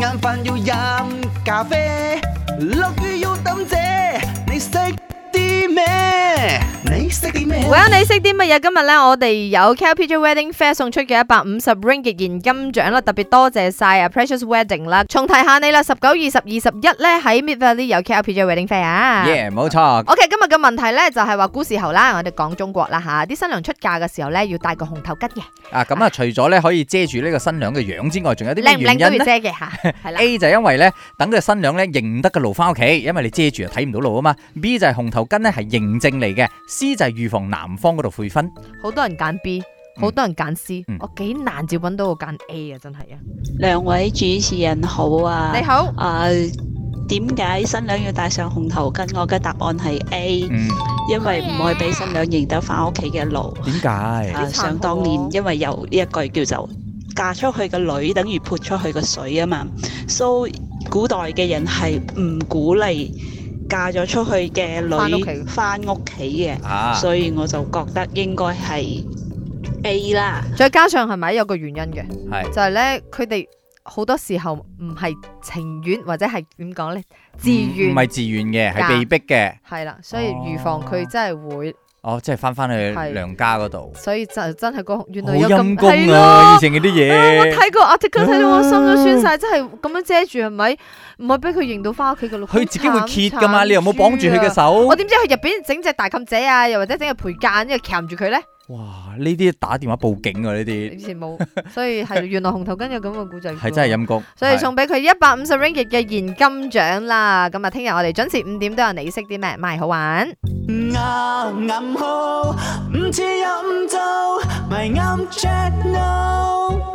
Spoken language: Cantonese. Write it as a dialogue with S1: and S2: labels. S1: 餐飯要飲咖啡，落雨要抌遮，你識啲咩？你識啲 咩？
S2: Well，你識啲乜嘢？今日咧，我哋有 CalPJ Wedding Fair 送出嘅一百五十 ringgit 現金獎啦，特別多謝晒啊 Precious Wedding 啦。重提下你啦，十九、二十、二十一咧喺 Mid Valley 有 CalPJ Wedding Fair 啊。
S3: 耶，冇錯，
S2: OK，今日嘅問題咧就係話古時候啦，我哋講中國啦吓，啲新娘出嫁嘅時候咧要戴個紅頭巾嘅，
S3: 啊咁啊，除咗咧可以遮住呢個新娘嘅樣之外，仲有啲
S2: 靚
S3: 咩
S2: 唔靚都
S3: 原因
S2: 要
S3: 呢
S2: 遮嘅 吓，係啦。
S3: A 就係因為咧，等佢新娘咧認得個路翻屋企，因為你遮住就睇唔到路啊嘛。B 就係紅頭巾咧係認證嚟嘅，C 就係預防男方嗰度悔婚。
S2: 好多人揀 B，好多人揀 C，
S3: 嗯
S2: 我幾難至揾到個揀 A 啊，真係啊！
S4: 兩位主持人好啊！
S2: 你好，
S4: 啊，點解新娘要戴上紅頭巾？我嘅答案係 A，
S3: 嗯，
S4: 因為唔可以俾新娘認得翻屋企嘅路。
S3: 點解？
S4: 啊，
S2: 幾殘酷喎
S4: 想當年因為有呢一句叫做嫁出去嘅女等於潑出去嘅水啊嘛，所以古代嘅人係唔鼓勵嫁咗出去嘅
S2: 返屋企
S4: 女翻屋企嘅，
S3: 啊，
S4: 所以我就覺得應該係 A 啦。
S2: 再加上係咪有個原因嘅？
S3: 係
S2: 就係咧，佢哋好多時候唔係情願或者係點講咧，自
S3: 嗯唔
S2: 願
S3: 係自願嘅，係被逼嘅。
S2: 係啦，所以預防佢真係會，
S3: 哦，即係翻翻去
S2: 係
S3: 娘家嗰度，
S2: 所以就真係個原
S3: 好
S2: 來有
S3: 陰
S2: 咁
S3: 公
S2: 係
S3: 啊！
S2: 咯。
S3: 以前嗰啲
S2: 我
S3: 嘢。
S2: 睇個 article 睇到我心都酸晒，真係咁樣遮住係咪？唔係俾佢認到翻屋企嘅咯。
S3: 佢自己會
S2: 好慘
S3: 揭噶嘛，你又冇綁住佢
S2: 慘
S3: 嘅
S2: 豬啊
S3: 手
S2: 我。點知佢入邊整隻大襟仔啊，又或者整隻陪間，因為鉗住佢咧？
S3: 哇！呢啲打電話報警啊，呢啲
S2: 以前冇，所以係原來紅頭巾有咁嘅古仔。
S3: 係真係。陰公。
S2: 所以
S3: 係
S2: 送俾佢一百五十 ringgit 嘅現金獎啦。咁啊，聽日我哋準時五點都有你識啲咩，咪好玩。
S1: 啱啱好，唔似飲酒，咪啱 check no。